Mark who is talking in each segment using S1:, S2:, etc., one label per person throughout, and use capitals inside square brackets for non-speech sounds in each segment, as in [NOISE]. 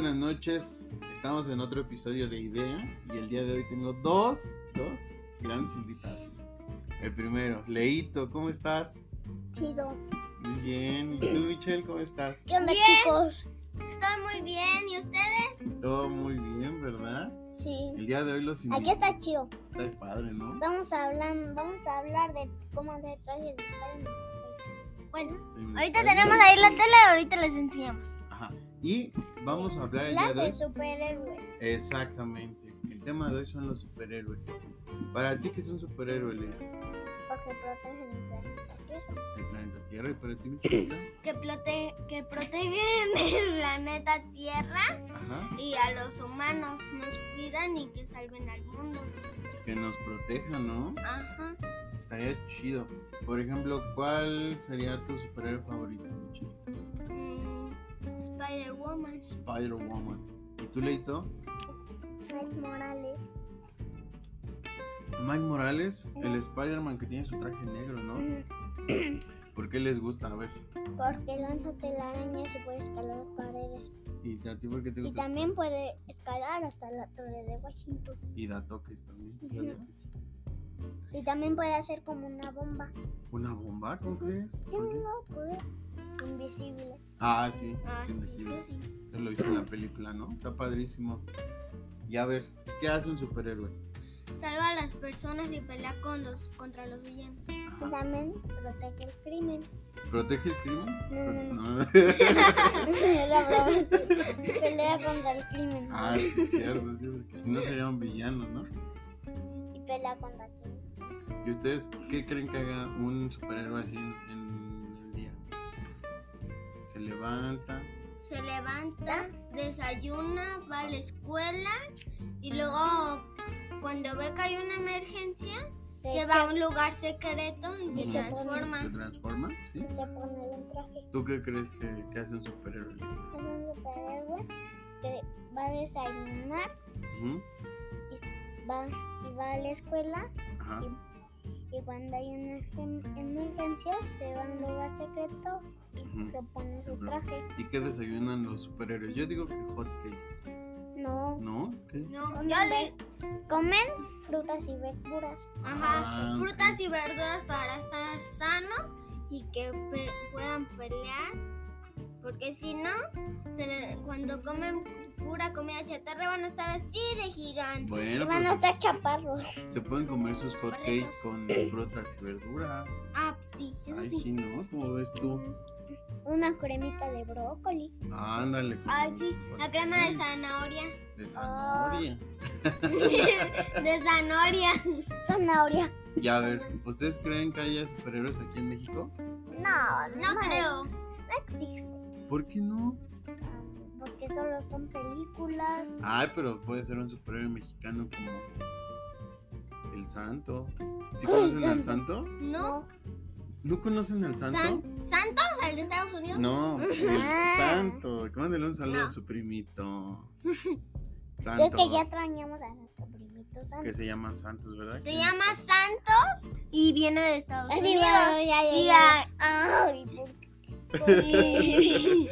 S1: noches. Estamos en otro episodio de Idea y el día de hoy tengo dos, dos grandes invitados. El primero, Leito, ¿cómo estás?
S2: Chido.
S1: Muy bien. ¿Y tú, Michelle, cómo estás?
S2: ¿Qué onda,
S3: Bien.
S2: chicos?
S3: Estoy muy bien, ¿y ustedes?
S1: Todo muy bien, ¿verdad?
S2: Sí.
S1: El día de hoy los
S2: Aquí
S1: invito.
S2: está chido.
S1: Está padre, ¿no?
S2: Vamos a hablar, vamos a hablar de cómo hacer trajes de Spider-Man.
S3: Bueno,
S1: Te
S3: ahorita
S1: invito.
S3: tenemos ahí la tela y ahorita les enseñamos.
S1: Ajá. Y vamos a hablar el día
S2: Hablar
S1: de hoy.
S2: de superhéroes.
S1: Eh. Exactamente. El tema de hoy son los superhéroes. Para ti, ¿qué es un superhéroe, Leito?
S2: Porque protegen el planeta Tierra.
S1: El planeta Tierra y para ti,
S2: [CLEARS THROAT]
S1: Michelle.
S3: Que, prote que protegen [LAUGHS] el planeta Tierra
S1: Ajá.
S3: y a los humanos, nos cuidan y que salven al mundo.
S1: Que nos proteja, ¿no?
S3: Ajá.
S1: Estaría chido. Por ejemplo, ¿cuál sería tu superhéroe favorito, Michelle?
S3: Mm, Spider-Woman.
S1: Spider-Woman. ¿Y tú, Leito?
S2: Miles Morales.
S1: Mike Morales, el Spider-Man que tiene su traje negro, ¿no?
S3: Mm,
S1: ¿Por qué les gusta? A ver.
S2: Porque lanza telarañas y puede escalar paredes.
S1: ¿Y a ti por qué te
S2: Y
S1: gusta?
S2: también puede escalar hasta la torre de Washington.
S1: Y da toques también. sí,
S2: Ujú.
S1: sabía que sí.
S2: Y también puede hacer como una bomba.
S1: ¿Una bomba? ¿Cómo crees? ¿Por qué?
S2: Tengo poder invisible.
S1: Ah, sí,
S3: ah,
S1: es
S3: sí,
S1: invisible.
S3: sí, sí.
S1: Eso lo viste en la película, ¿no? Está padrísimo. Y a ver, ¿qué hace un superhéroe?
S3: Salva a las personas y pelea con los, contra los villanos.
S2: Y
S1: Ajá.
S2: también protege el crimen.
S1: ¿Protege el crimen?
S2: No,
S1: No.
S2: Era broma. Pelea contra el crimen.
S1: [LAUGHS] Ah, sí, es cierto, sí, porque si no sería un villano, ¿no?
S2: Y pelea contra el crimen.
S1: ¿Y ustedes qué creen que haga un superhéroe así en, en el día? Se levanta.
S3: Se levanta, desayuna, va a la escuela y luego cuando ve que hay una emergencia Se va a un lugar secreto y
S1: Ujú.
S3: se
S1: Se
S3: transforma.
S1: transforma, ¿sí?
S2: Se pone un traje.
S1: ¿Tú qué crees que, que hace un superhéroe?
S2: Es un superhéroe que va a desayunar
S1: Ujú,
S2: va, y va a la escuela.
S1: Ajá.
S2: Y cuando hay una ejem- emergencia, se va a un lugar secreto y
S1: Ujú.
S2: se pone
S1: Se
S2: su
S1: pone-
S2: traje.
S1: ¿Y qué desayunan los superhéroes? Yo digo que hot cakes.
S2: No.
S1: ¿No? ¿Qué?
S3: No,
S2: Comen,
S3: yo
S2: ver-
S3: digo,
S2: comen frutas y verduras.
S1: Ah,
S3: ajá,
S1: ok.
S3: frutas y verduras para estar sano y que pe- puedan pelear. Porque si no, se le- cuando comen pura comida chatarra van a estar así de gigantes.
S1: Bueno,
S2: Van a
S1: pues
S2: estar chaparros.
S1: se pueden comer sus hot cakes con frutas y verduras.
S3: Ah, sí, eso
S1: Ay,
S3: sí.
S1: sí, ¿no? ¿Cómo ves tú?
S2: Una cremita de brócoli.
S1: Ándale. con-
S3: Ah, sí,
S1: con
S3: la crema de
S1: cake, [LAUGHS]
S3: zanahoria. [LAUGHS]
S1: de zanahoria.
S3: de zanahoria.
S2: Zanahoria.
S1: Y
S3: Oh.
S1: a ver, ¿ustedes creen que haya superhéroes aquí en México?
S2: No,
S3: No creo.
S2: No existe.
S1: ¿Por qué no?
S2: um, Porque solo son películas.
S1: Ay, pero puede ser un superhéroe mexicano como el Santo. ¿Sí
S2: Ay,
S1: conocen al
S2: santo.
S1: Santo?
S3: No.
S1: ¿No conocen al Santo?
S3: San- ¿Santos? ¿Al de Estados Unidos?
S2: [LAUGHS]
S1: No, el
S2: Ah.
S1: Santo. Mándale un saludo
S3: No.
S1: a su primito.
S2: [LAUGHS] Creo
S1: Santo.
S2: que ya extrañamos a nuestro primito Santo.
S1: que se llama Santos, ¿verdad?
S3: Se
S1: Que-
S3: llama Santos y viene de Estados
S2: Así, bueno,
S3: Unidos.
S2: ya, ya,
S3: Y,
S2: ya.
S3: a-
S2: Ay, ¿por qué?
S3: y-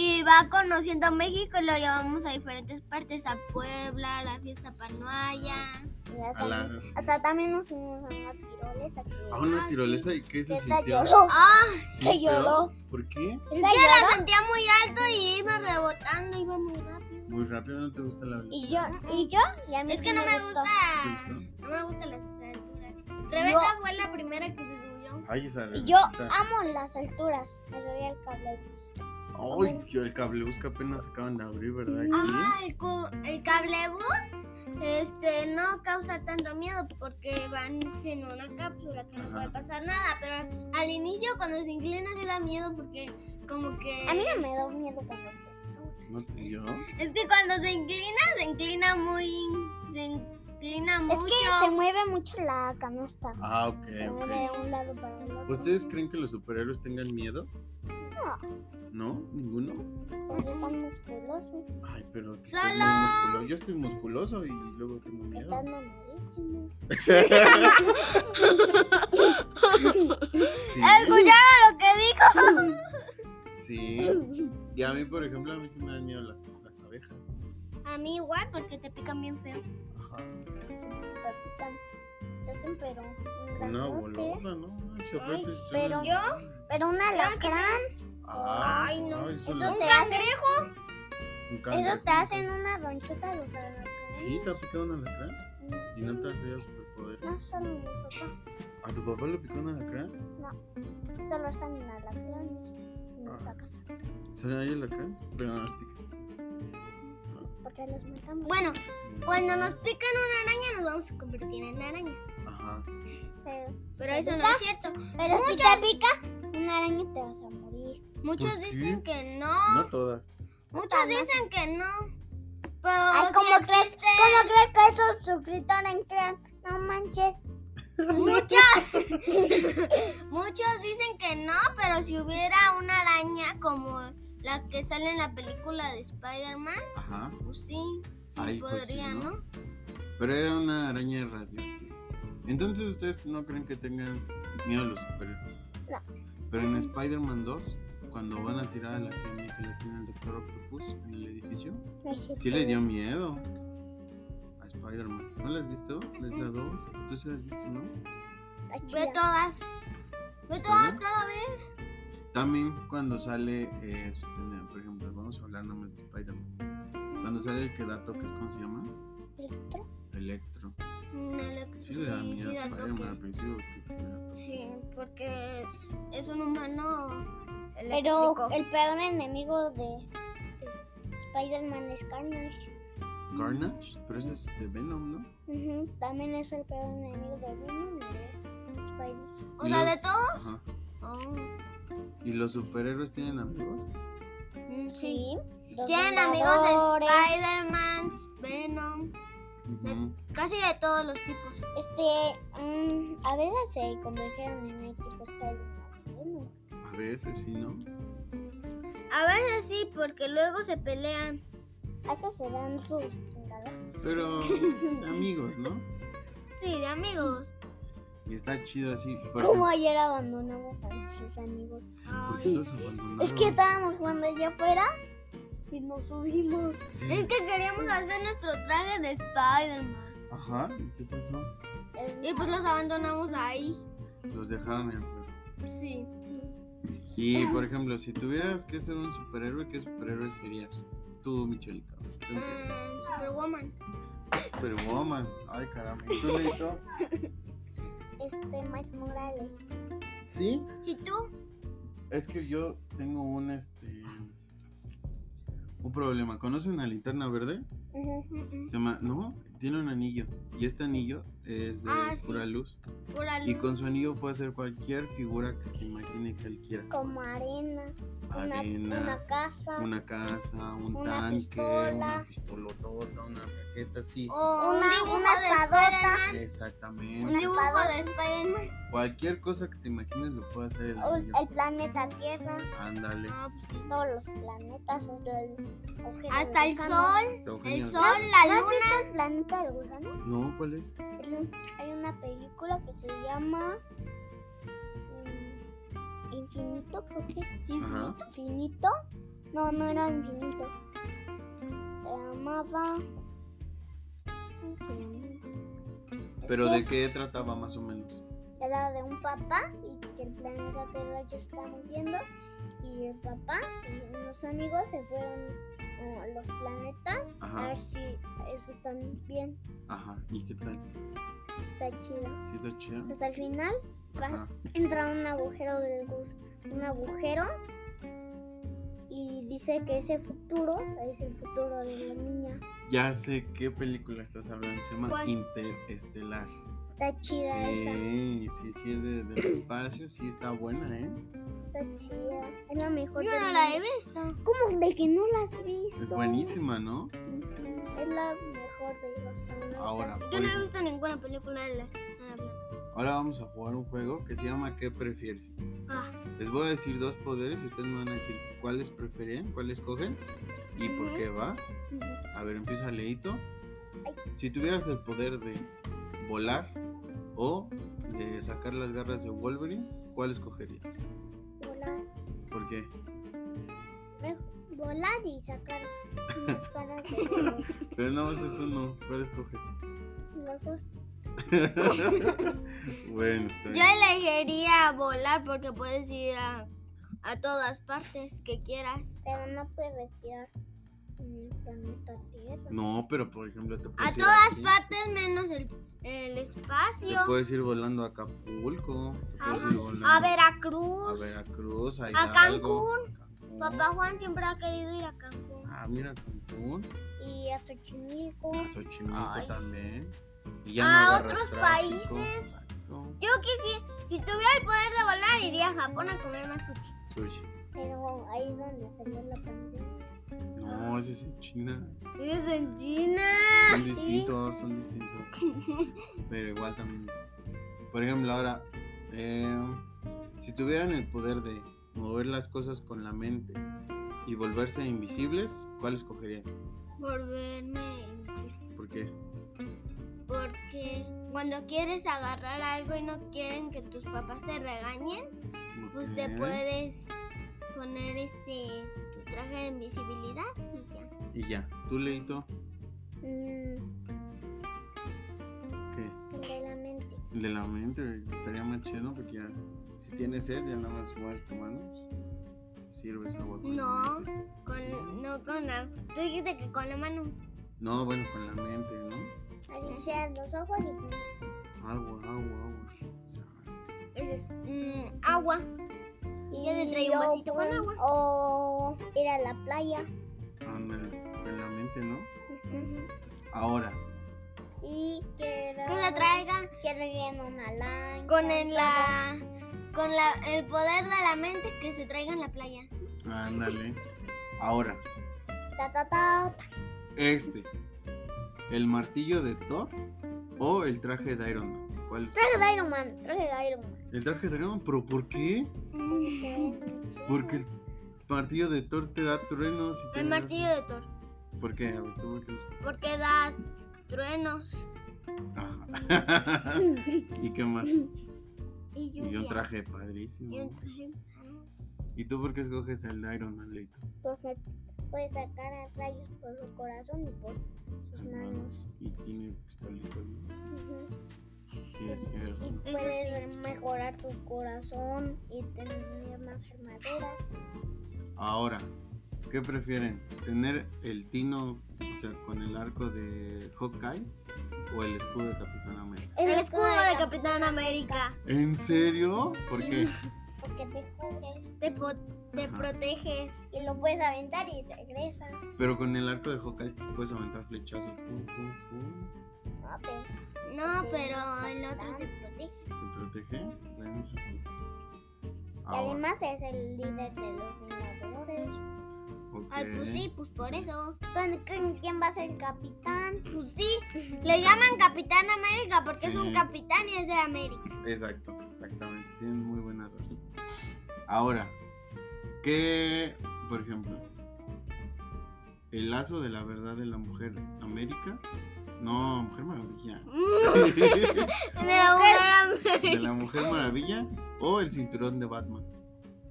S3: [LAUGHS] y va conociendo México y lo llevamos a diferentes partes, a Puebla, a la fiesta Panuaya.
S2: Y hasta,
S1: A la-
S2: hasta también nos unimos a unas tiroles aquí.
S1: A una
S3: Ah,
S1: tirolesa y qué se
S2: Está
S1: sintió.
S2: lloró.
S3: Ah,
S1: Sí,
S2: Se
S1: pero,
S2: lloró.
S1: ¿Por qué?
S3: la
S2: Está lloró.
S3: sentía muy alto y iba rebotando, iba muy rápido.
S1: Muy rápido, ¿no te gusta la velocidad?
S2: Y yo, y yo, y a mí
S3: Es
S2: sí
S3: que no me
S2: gustó.
S3: gusta.
S1: ¿Te gustó?
S3: No me gustan las alturas. Rebeca fue la primera que se subió.
S1: Ay, esa
S2: Y yo
S1: revista.
S2: amo las alturas. Me subí al cable.
S1: Ay, que el cablebus que apenas acaban de abrir, ¿verdad? Aquí?
S3: Ah, el, co- el cablebus este, no causa tanto miedo porque van en una cápsula que no
S1: Ajá.
S3: puede pasar nada, pero al inicio cuando se inclina se da miedo porque como que...
S2: A mí no me da miedo cuando empezó.
S1: ¿No te dio?
S3: Es que cuando se inclina, se inclina muy... se inclina
S2: Es
S3: mucho.
S2: que se mueve mucho la canasta.
S1: Ah, ok,
S2: Se
S1: ok.
S2: mueve de un lado para el otro.
S1: ¿Ustedes creen que los superhéroes tengan miedo? No. ¿No? ¿Ninguno?
S2: Porque están musculosos.
S1: Ay, pero tú
S3: Solo-
S1: estás muy musculoso. Yo estoy musculoso y luego tengo miedo.
S2: Están mamadísimos.
S1: [LAUGHS] Sí,
S3: ¿Escucharon lo que dijo?
S1: sí. Y a mí, por ejemplo, a mí sí me dan miedo las, las abejas.
S3: A mí igual, porque te pican bien feo.
S1: Ajá.
S2: pican. Te hacen pero un
S1: Una
S2: grandote,
S1: bolona, ¿no? Chapete,
S3: Ay,
S1: suena-
S2: pero
S3: Yo,
S2: Pero un alacrán,
S1: Ah,
S3: Ay, no.
S1: ay, suena-
S2: eso
S3: un
S2: te hacen,
S3: cangrejo.
S1: un
S2: eso
S1: cangrejo,
S2: te
S1: ¿no?
S2: hacen una ronchota los alacranes.
S1: Sí, te ha picado un alacrán. Y no te has dado superpoderes.
S2: No, solo mi papá.
S1: ¿A tu papá le picó un alacrán?
S2: Solo están en alacranes. En
S1: Ah.
S2: nuestra casa.
S1: ¿Saben ahí alacrán? Pero no los pica.
S2: Porque los matamos.
S3: Bueno, cuando nos pican una araña, nos vamos a convertir en arañas.
S1: Ajá.
S2: Pero,
S3: Pero eso no es cierto.
S2: pero si te pica una araña te vas a morir.
S3: Muchos
S1: ¿Por qué?
S3: dicen que
S1: No
S3: no.
S1: todas.
S3: Muchos
S2: Puta, no.
S3: dicen que no. Pero
S2: Ay,
S3: sí
S2: ¿cómo crees,
S3: existen.
S2: ¿cómo crees que esos suscriptores entran? No manches.
S3: Muchos, muchos dicen que no, pero si hubiera una araña como la que sale en la película de Spider-Man,
S1: Ajá.
S3: pues sí, sí
S1: Ay, pues sí,
S3: podría,
S1: ¿no?
S3: ¿no?
S1: Pero era una araña radioactiva. Entonces, ¿ustedes no creen que tengan miedo a los superhéroes?
S2: No.
S1: Pero en Spider-Man 2, cuando van a tirar a la química que le tiene el Doctor Octopus en el edificio, sí le dio miedo a Spider-Man. ¿No las has visto? ¿Les da dos? ¿Tú sí las has visto, no?
S2: Está chida.
S3: Ve todas. Ve todas cada vez.
S1: También cuando sale, eh, su- mira, por ejemplo, vamos a hablar nomás de Spider-Man. Cuando sale el que da toques, ¿cómo se llama?
S2: Electro.
S1: Electro.
S3: Mm, Alex,
S1: Sí, le da
S3: sí,
S1: miedo
S3: sí
S1: a
S3: da
S1: Spider-Man al
S3: toque.
S1: principio. que- que le da toques.
S3: Sí, porque es, es un humano.
S2: Pero
S3: eléctrico.
S2: el peor enemigo de, de Spider-Man es Carnage.
S1: Carnage, pero ese es de Venom, ¿no?
S2: Ujú, También es el peor enemigo de Venom y de Spider.
S3: O sea, de
S1: Los- ajá.
S3: todo. Oh,
S1: ¿Y los superhéroes tienen amigos?
S3: mm, sí.
S2: Sí. los
S3: Tienen amigos de
S2: Vengadores,
S3: Spider-Man, Venom,
S1: Ujú.
S3: casi de todos los tipos.
S2: Este, mm, a veces se convirtieron en el tipo Spider-Man. y Venom.
S1: A veces sí, ¿no?
S3: A veces sí, porque luego se pelean.
S2: A eso se dan sus chingadas.
S3: [LAUGHS]
S1: Pero amigos, ¿no?
S3: Sí, de amigos.
S1: Y está chido así. porque-
S2: Como ayer abandonamos a sus amigos.
S1: ¿Por qué
S3: Ay.
S1: los abandonaron?
S2: Es que estábamos jugando allá afuera y nos subimos.
S3: Es que queríamos hacer nuestro traje de Spider-Man.
S1: Ajá, ¿y qué pasó?
S3: Y pues los abandonamos ahí.
S1: Los dejaron en
S3: Sí.
S1: Y por ejemplo, si tuvieras que ser un superhéroe, ¿qué superhéroe serías? Tú, Michelita. tú empieza.
S3: Mm, Superwoman.
S1: Superwoman. Ay, caramba. ¿Y tú, Leito?
S2: Este, Miles Morales.
S1: Sí.
S3: ¿Y tú?
S1: Es que yo tengo un este. Un problema. ¿Conocen a Linterna Verde?
S2: Ujú.
S3: Mm, mm.
S1: Se llama. No, tiene un anillo. Y este anillo es de
S3: Ah, sí.
S1: pura luz.
S3: Pura
S1: Y
S3: luz.
S1: con su anillo puede hacer cualquier figura que se imagine que él quiera.
S2: Como arena, una,
S1: Arena, una,
S2: una casa, una,
S1: casa, un
S2: una
S1: tanque,
S2: pistola.
S1: una pistolotota, una raqueta, sí.
S3: O Oh, un
S2: una
S3: dibujo de
S2: espadota.
S3: Spider-Man.
S1: Exactamente.
S3: Un dibujo
S2: espadota.
S3: de Spider-Man.
S1: Cualquier cosa que te imagines lo puede hacer el
S3: Oh,
S2: el,
S1: anillo.
S2: planeta Tierra,
S1: Ándale.
S3: Ah, pues sí.
S2: todos los planetas, hasta el agujero
S3: Hasta
S2: del
S3: el
S2: gusano.
S3: sol,
S1: Está
S3: el
S1: Eugenio.
S3: sol, la
S2: ¿No has
S3: luna.
S2: visto el planeta del gusano?
S1: No, ¿cuál es?
S2: Es un- Hay una película que se llama mm, Infinito, creo que.
S1: Ajá.
S2: ¿Infinito? No, no era infinito. Se llamaba. ¿cómo se llamaba? Es
S1: Pero
S2: que
S1: de qué trataba más o menos.
S2: Era de un papá y que el planeta Tierra ya está muriendo. Y el papá y unos amigos se fueron eh, a los planetas
S1: Ajá.
S2: a ver si eso están bien.
S1: Ajá. ¿Y qué tal?
S2: Está chido.
S1: ¿Sí está chida?
S2: Hasta el final va-
S1: Ajá.
S2: entra un agujero del gus- un agujero y dice que ese futuro es el futuro de la niña.
S1: Ya sé qué película estás hablando. Se llama
S3: ¿Cuál?
S1: Interestelar.
S2: Está chida esa.
S1: Sí, sí, sí, es de- del espacio. Sí, está buena, ¿eh?
S2: Está chida. Es la mejor.
S3: Yo
S2: del
S3: no la he
S2: mundo.
S3: visto.
S2: ¿Cómo de que no la has visto?
S1: Es buenísima, ¿no?
S2: Ujú, Es la mejor de los planetas.
S1: Ahora,
S3: Yo
S1: por
S3: no he
S1: ejemplo,
S3: visto ninguna película de las que están hablando.
S1: ahora vamos a jugar un juego que se llama ¿Qué prefieres?
S3: Ah,
S1: Les voy a decir dos poderes y ustedes me van a decir cuáles prefieren, cuáles cogen y por
S3: Ujú.
S1: qué va.
S2: Ujú.
S1: A ver, empieza Leito.
S2: Ay.
S1: Si tuvieras el poder de volar o de sacar las garras de Wolverine, ¿cuál escogerías?
S2: Volar.
S1: ¿Por qué?
S2: Mej- volar y sacar unas caras de los,
S1: Pero nada más es uno. ¿Cuál
S3: [LAUGHS]
S1: escoges?
S2: los dos.
S1: bueno, está
S3: Yo
S1: bien.
S3: elegiría volar porque puedes ir a, a todas partes que quieras.
S2: Pero no puedes respirar en el planeta Tierra.
S1: No, pero por ejemplo, te puedes
S3: A
S1: ir
S3: todas
S1: aquí,
S3: partes menos el, el
S1: Te
S3: espacio.
S1: puedes ir volando a Acapulco. Te puedes ir volando
S3: Ah, A
S1: a
S3: Veracruz.
S1: Veracruz, a,
S3: Cancún.
S1: Cancún.
S3: Papá Juan siempre ha querido ir a Cancún.
S1: Ah, mira, Cancún.
S2: Y a Xochimilco.
S1: A Xochimilco
S3: Ay.
S1: también. Y ya
S3: A
S1: agarras
S3: otros
S1: tráfico,
S3: países.
S1: Exacto.
S3: Yo quisiera, si tuviera el poder de volar, iría a Japón a comer más sushi.
S1: Sushi.
S2: Pero ahí es donde salió la pandemia.
S1: No, ese es en China.
S3: Vives en China.
S1: Son distintos, son
S3: [LAUGHS]
S1: distintos. Pero igual también. Por ejemplo, ahora, eh, si tuvieran el poder de mover las cosas con la mente y volverse invisibles, ¿cuál escogerían?
S3: Volverme invisible.
S1: ¿Por qué?
S3: Porque cuando quieres agarrar algo y no quieren que tus papás te regañen, pues te
S1: Ok.
S3: puedes poner este tu traje de invisibilidad y ya.
S1: Y ya. ¿Tú, Leito?
S2: Mm,
S1: ¿Qué?
S2: de la mente.
S1: El de la mente estaría más chido porque ya, si tienes sed, ya nada más mueves tu mano. pues, Sirves agua con
S3: No.
S1: la mente.
S3: Con, no con la. Tú dijiste que con la mano.
S1: No, bueno, con la mente, ¿no?
S2: Así sean los ojos y pones.
S1: Agua, agua, agua. ¿Sabes?
S3: Dices, mm, agua.
S2: Y
S3: Ya te traigo un
S2: o
S3: vasito con
S2: pon-
S3: agua.
S2: O ir a la playa.
S1: Ándale, con la mente, ¿no? Ahora,
S2: Y
S3: Que
S2: que
S3: la traiga
S2: Que reguen una lancha.
S3: con el, la. Con la, el poder de la mente que se traiga en la playa.
S1: ándale. Ahora,
S2: Ta, ta, ta,
S1: este. ¿El martillo de Thor o el traje de Iron Man? ¿Cuál es?
S2: Traje de Iron Man, traje
S3: [LAUGHS]
S2: de Iron Man.
S1: El traje de Iron Man, pero ¿por qué? Porque el martillo de Thor te da truenos y te
S3: El
S1: da-
S3: martillo de Thor.
S1: ¿Por qué? A ver, tú, ¿por qué lo escoges?
S3: Porque da truenos
S1: Ajá. [LAUGHS] ¿Y qué
S3: [LAUGHS]
S1: más?
S3: y lluvia.
S1: Y un traje
S3: Y un
S1: padrísimo.
S3: traje.
S1: ¿Y tú por qué escoges el de Iron Man, Leito?
S2: Porque puede sacar a rayos por su corazón y por sus manos.
S1: Y tiene pistolitas, ¿no?
S2: Ujú.
S1: Sí, es cierto.
S2: Y
S3: Eso
S2: puedes mejorar tu corazón y tener más armaduras.
S1: Ahora, ¿qué prefieren? ¿Tener el tino, o sea, con el arco de Hawkeye o el escudo de Capitán América?
S3: El, escudo de Capitán América
S1: ¿En serio? ¿Por
S3: Sí.
S1: qué?
S2: Porque te cubres
S3: te, po- te
S1: Ajá.
S3: proteges.
S2: y lo puedes aventar y regresa.
S1: Pero con el arco de Hawkeye puedes aventar flechazos. fu, fu, fu.
S2: No, pero
S3: No, pero el otro te protege.
S1: ¿Te protege? Bueno, eso sí.
S2: Y
S1: Ahora,
S2: además es el líder de los Vengadores.
S1: ok.
S3: Ay, pues sí, pues por eso.
S2: Entonces, ¿quién quién va a ser el capitán?
S3: Pues sí, le llaman Capitán América porque es
S1: Sí.
S3: un capitán y es de América.
S1: Exacto, exactamente. Tienen muy buena razón. Ahora, ¿qué, por ejemplo, el lazo de la verdad de la mujer América? No, Mujer Maravilla. [LAUGHS]
S3: Mm,
S1: de
S3: de una América.
S1: la Mujer Maravilla o el cinturón de Batman.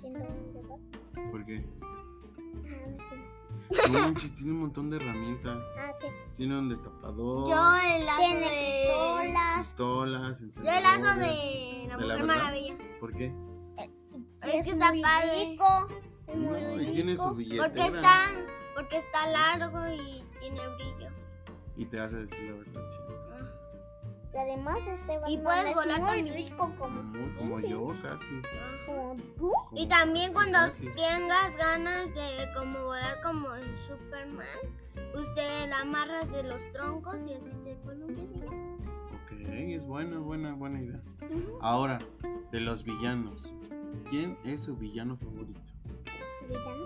S2: Siento un poco-
S1: ¿Por qué?
S2: Ah, no sé.
S1: No manches, tiene un montón de herramientas.
S2: Ah, sí.
S1: Tiene un destapador,
S3: Yo el lazo
S2: Tiene
S3: de...
S2: pistolas.
S1: pistolas,
S3: Yo el lazo
S1: encendedores.
S3: de la
S1: ¿De la
S3: Mujer
S1: verdad?
S3: Maravilla.
S1: ¿Por qué?
S3: Es que está
S2: muy
S3: padre.
S2: rico. Es muy
S1: No,
S2: rico.
S1: y tiene su billetera.
S3: Porque está, porque está largo y tiene brillo.
S1: Y te hace decir la verdad siempre.
S2: Y además, este Batman
S3: Y puedes
S2: es
S3: volar
S2: muy
S3: con-
S2: rico como, ¿eh?
S1: Como, como yo, casi.
S2: como tú.
S1: como
S3: Y también
S1: casi,
S3: cuando
S1: casi.
S3: tengas ganas de como volar como en Superman, usted la amarras de los troncos y así te columpias. y ya.
S1: Ok, es buena, buena, buena idea.
S3: Ujú.
S1: Ahora, de los villanos. ¿Quién es su villano favorito?
S2: Villano.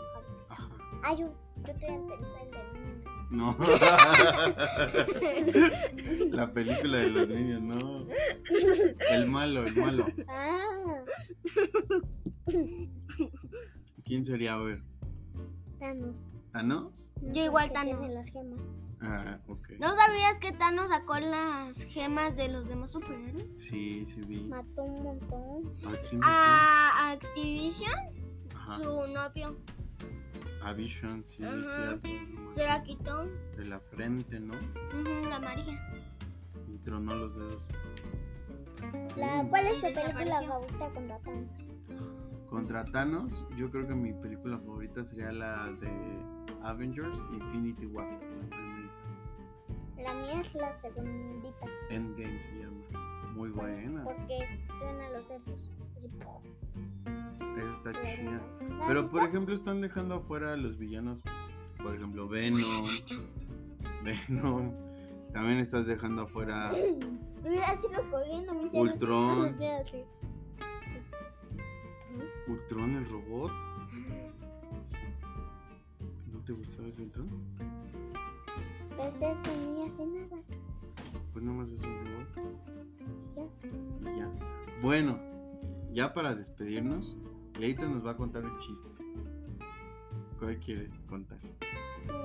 S1: Ajá.
S2: Ah, yo, yo te voy a pensar el de mí.
S3: [LAUGHS]
S1: No. La película de los niños, no. El malo, el malo.
S2: Ah,
S1: ¿Quién sería? A ver.
S2: Thanos.
S1: ¿Thanos?
S3: Yo igual
S2: Porque tiene
S3: Thanos.
S2: las gemas.
S1: Ah, ok.
S3: ¿No sabías que Thanos sacó las gemas de los demás superhéroes?
S1: Sí, sí vi. Ah,
S2: Mató un montón.
S3: Ah,
S1: ¿A quién mató?
S3: A Activision,
S1: Ajá.
S3: su novio.
S1: A Vision, sí,
S3: Ajá.
S1: es cierto. no
S3: Se la
S1: manches.
S3: quitó
S1: De la frente, ¿no?
S3: ujú, la María.
S1: Y tronó los dedos.
S2: La,
S1: Mm.
S2: ¿Cuál
S3: Y
S2: es tu película
S3: desapareció.
S2: favorita con ratón?
S1: Contra Thanos, yo creo que mi película favorita sería la de Avengers Infinity War. La primerita.
S2: La mía es la segundita,
S1: Endgame se llama. Muy buena.
S2: porque suena los dedos. así, ¡puf!
S1: Esa está
S2: Pero-
S1: chida.
S2: ¿La has
S1: Ah, Pero por
S2: visto?
S1: ejemplo están dejando afuera a los villanos. Por ejemplo, Venom. Venom. También estás dejando afuera
S2: Me [CLEARS THROAT] hubiera sido corriendo muchas
S1: Ultron.
S2: veces.
S1: Ultron el robot. Sí. ¿No te gustaba ese Ultron?
S2: Pero eso ni hace nada.
S1: Pues nomás es un robot.
S2: Ya.
S1: Y ya. Bueno, ya para despedirnos, Clayton nos va a contar un chiste. ¿Cuál quieres contar?
S2: pues,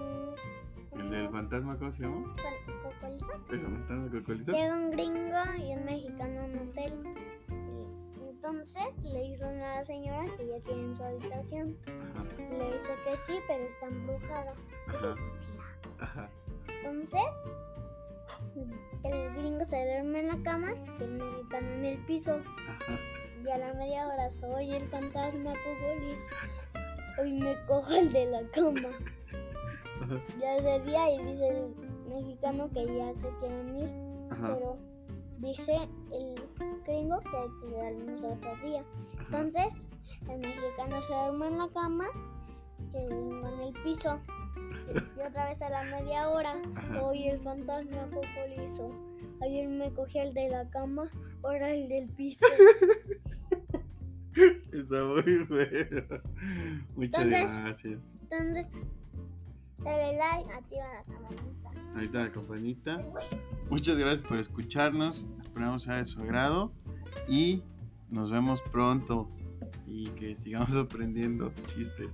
S2: Mm,
S1: ¿El del fantasma cómo se llama?
S2: con- con colizón.
S1: ¿El fantasma cocolizo?
S2: Llega un gringo y un mexicano a un hotel. Y Entonces le dice a una señora que ya tiene en su habitación.
S1: Ajá,
S2: Le dice que sí, pero está embrujada.
S1: ajá, ajá.
S2: Entonces, el gringo se duerme en la cama y el mexicano en el piso.
S1: ajá.
S2: Y a la media hora soy el fantasma Cogolis. Hoy me cojo el de la
S1: [LAUGHS]
S2: cama.
S1: Ajá.
S2: Ya se día y dice el mexicano que ya se quieren ir,
S1: ajá.
S2: pero dice el gringo que hay que darnos otro día.
S1: ajá.
S2: Entonces, el mexicano se duerme en la cama y el gringo en el piso. Y otra vez a la media hora,
S1: Ajá.
S2: hoy el fantasma Cocolizo. Ayer me cogí el de la cama, ahora el del piso.
S1: [LAUGHS] Está muy bueno. Muchas
S2: Entonces-
S1: gracias.
S2: Entonces, dale like, activa la campanita.
S1: Ahorita la campanita. Muchas gracias por escucharnos. Esperamos sea de su agrado. Y nos vemos pronto. [LAUGHS] Y que sigamos aprendiendo chistes.